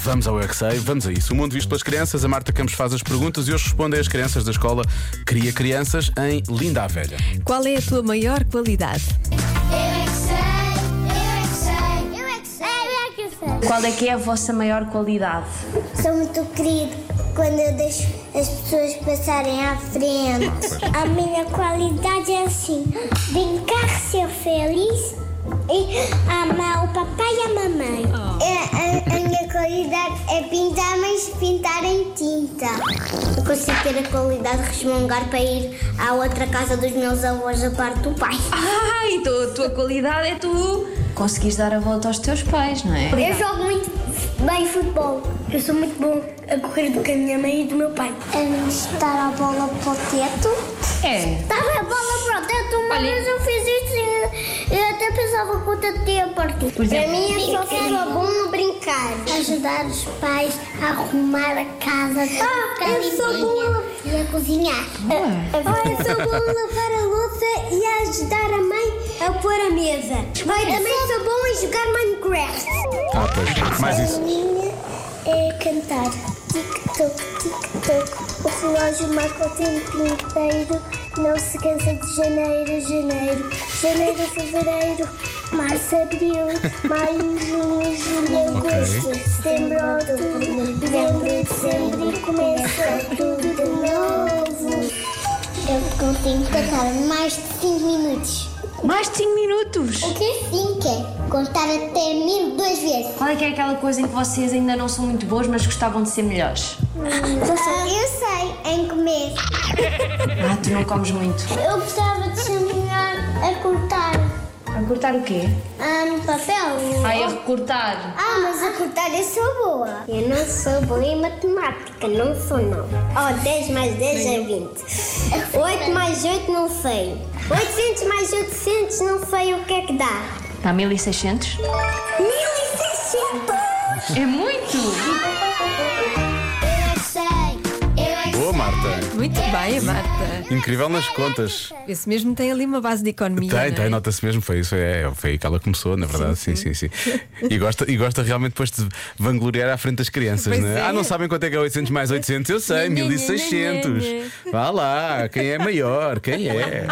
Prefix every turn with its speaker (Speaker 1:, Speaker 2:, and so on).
Speaker 1: Vamos ao Eu É Que Sei, vamos a isso. O mundo visto pelas crianças, a Marta Campos faz as perguntas e hoje respondem as crianças da escola Cria Crianças em Linda a Velha.
Speaker 2: Qual é a tua maior qualidade?
Speaker 3: Eu é que sei, eu é que sei, eu é que sei, eu é que sei.
Speaker 4: Qual é que é a vossa maior qualidade?
Speaker 3: Sou muito querido quando eu deixo as pessoas passarem à frente. A minha qualidade é assim: brincar, ser feliz e amar o papai e a mamãe.
Speaker 4: Oh.
Speaker 3: É, a, minha qualidade é pintar, mas pintar em tinta. Eu consigo ter a qualidade de resmungar para ir à outra casa dos meus avós da parte do pai.
Speaker 4: Ai, tu- a tua qualidade é tu conseguires dar a volta aos teus pais, não é?
Speaker 3: Eu jogo muito bem futebol. Eu sou muito bom a correr do que a minha mãe e do meu pai. A estar a bola para o teto.
Speaker 4: É.
Speaker 3: Estava a bola para o teto, uma vez eu fiz isso e eu até pensava que o teto ia partir. Para mim, eu só sou bom no brincar. Ajudar os pais a arrumar a casa. Ah, eu sou boa. E a cozinhar. Ah, eu sou boa a lavar a louça e a ajudar a mãe a pôr a mesa. Mas também sou bom em jogar Minecraft.
Speaker 1: Ah, pois. Mais
Speaker 3: A
Speaker 1: isso.
Speaker 3: minha é cantar. Tic-toc, tic-toc. O relógio marca o tempo inteiro. Não se cansa de janeiro, janeiro. Janeiro, fevereiro. Março, abril, maio, junho, julho, agosto, setembro, outubro, novembro, dezembro e começa tudo de novo. Eu consigo cantar mais de 5 minutos.
Speaker 4: Mais de 5 minutos.
Speaker 3: O que é 5? É contar até mil duas vezes.
Speaker 4: Qual é que é aquela coisa em que vocês ainda não são muito boas, mas gostavam de ser melhores?
Speaker 3: Ah, eu sei, em comer.
Speaker 4: Ah, tu não comes muito.
Speaker 3: Eu gostava de ser melhor a cortar
Speaker 4: A cortar o quê?
Speaker 3: ah, no papel.
Speaker 4: Ai, a recortar.
Speaker 3: Ah, mas a cortar eu sou boa. Eu não sou boa em matemática, não sou não. Oh, 10 mais 10 é 20. 8 mais 8 não sei. 800 mais 800 não sei o que é que dá.
Speaker 4: Dá 1600?
Speaker 3: 1600!
Speaker 4: É muito!
Speaker 3: Eu sei, eu
Speaker 1: Boa, Marta.
Speaker 2: Muito bem, Marta.
Speaker 1: Incrível nas contas.
Speaker 2: Esse mesmo tem ali uma base de economia. não é?
Speaker 1: Tem, tem, nota-se mesmo, foi isso, é, foi aí que ela começou, na verdade, sim, sim, sim. E, gosta, e gosta realmente depois de vangloriar à frente das crianças,
Speaker 2: Pois
Speaker 1: né?
Speaker 2: é.
Speaker 1: Ah, não sabem quanto é que é 800 mais 800? Eu sei,
Speaker 2: Nhe, nhe, nhe,
Speaker 1: 1600.
Speaker 2: nhe, nhe.
Speaker 1: Vá lá, quem é maior, quem é?